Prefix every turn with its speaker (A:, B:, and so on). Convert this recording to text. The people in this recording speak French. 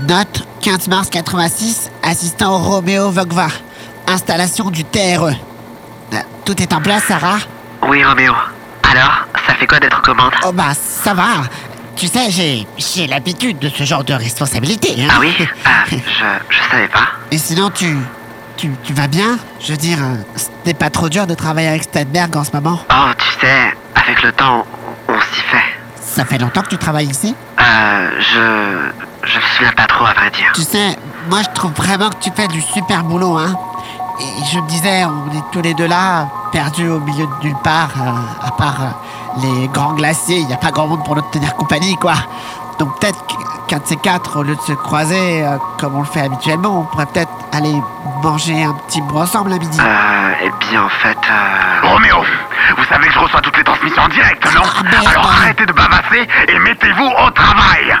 A: Note 15 mars 86, assistant Roméo Vogva. Installation du TRE. Euh, Tout est en place, Sarah
B: Oui, Roméo. Alors, ça fait quoi d'être aux commandes
A: Oh bah, ça va. Tu sais, j'ai, j'ai l'habitude de ce genre de responsabilité. hein.
B: Ah oui Ah, je, je savais pas.
A: Et sinon, tu, tu, tu vas bien Je veux dire, euh, c'était pas trop dur de travailler avec Steinberg en ce moment.
B: Oh, tu sais, avec le temps, on, on s'y fait.
A: Ça fait longtemps que tu travailles ici
B: Euh, je. Je me souviens pas trop, à vrai dire.
A: Tu sais, moi je trouve vraiment que tu fais du super boulot, hein. Et je me disais, on est tous les deux là, perdus au milieu de nulle part, euh, à part euh, les grands glaciers, il n'y a pas grand monde pour nous tenir compagnie, quoi. Donc peut-être qu- qu'un de ces quatre, au lieu de se croiser euh, comme on le fait habituellement, on pourrait peut-être aller manger un petit bout ensemble à midi.
B: Euh, eh bien, en fait. euh,
C: Roméo, vous savez que je reçois toutes les transmissions en direct, non
A: Ah, merde.
C: Alors arrêtez de bavasser et mettez-vous au travail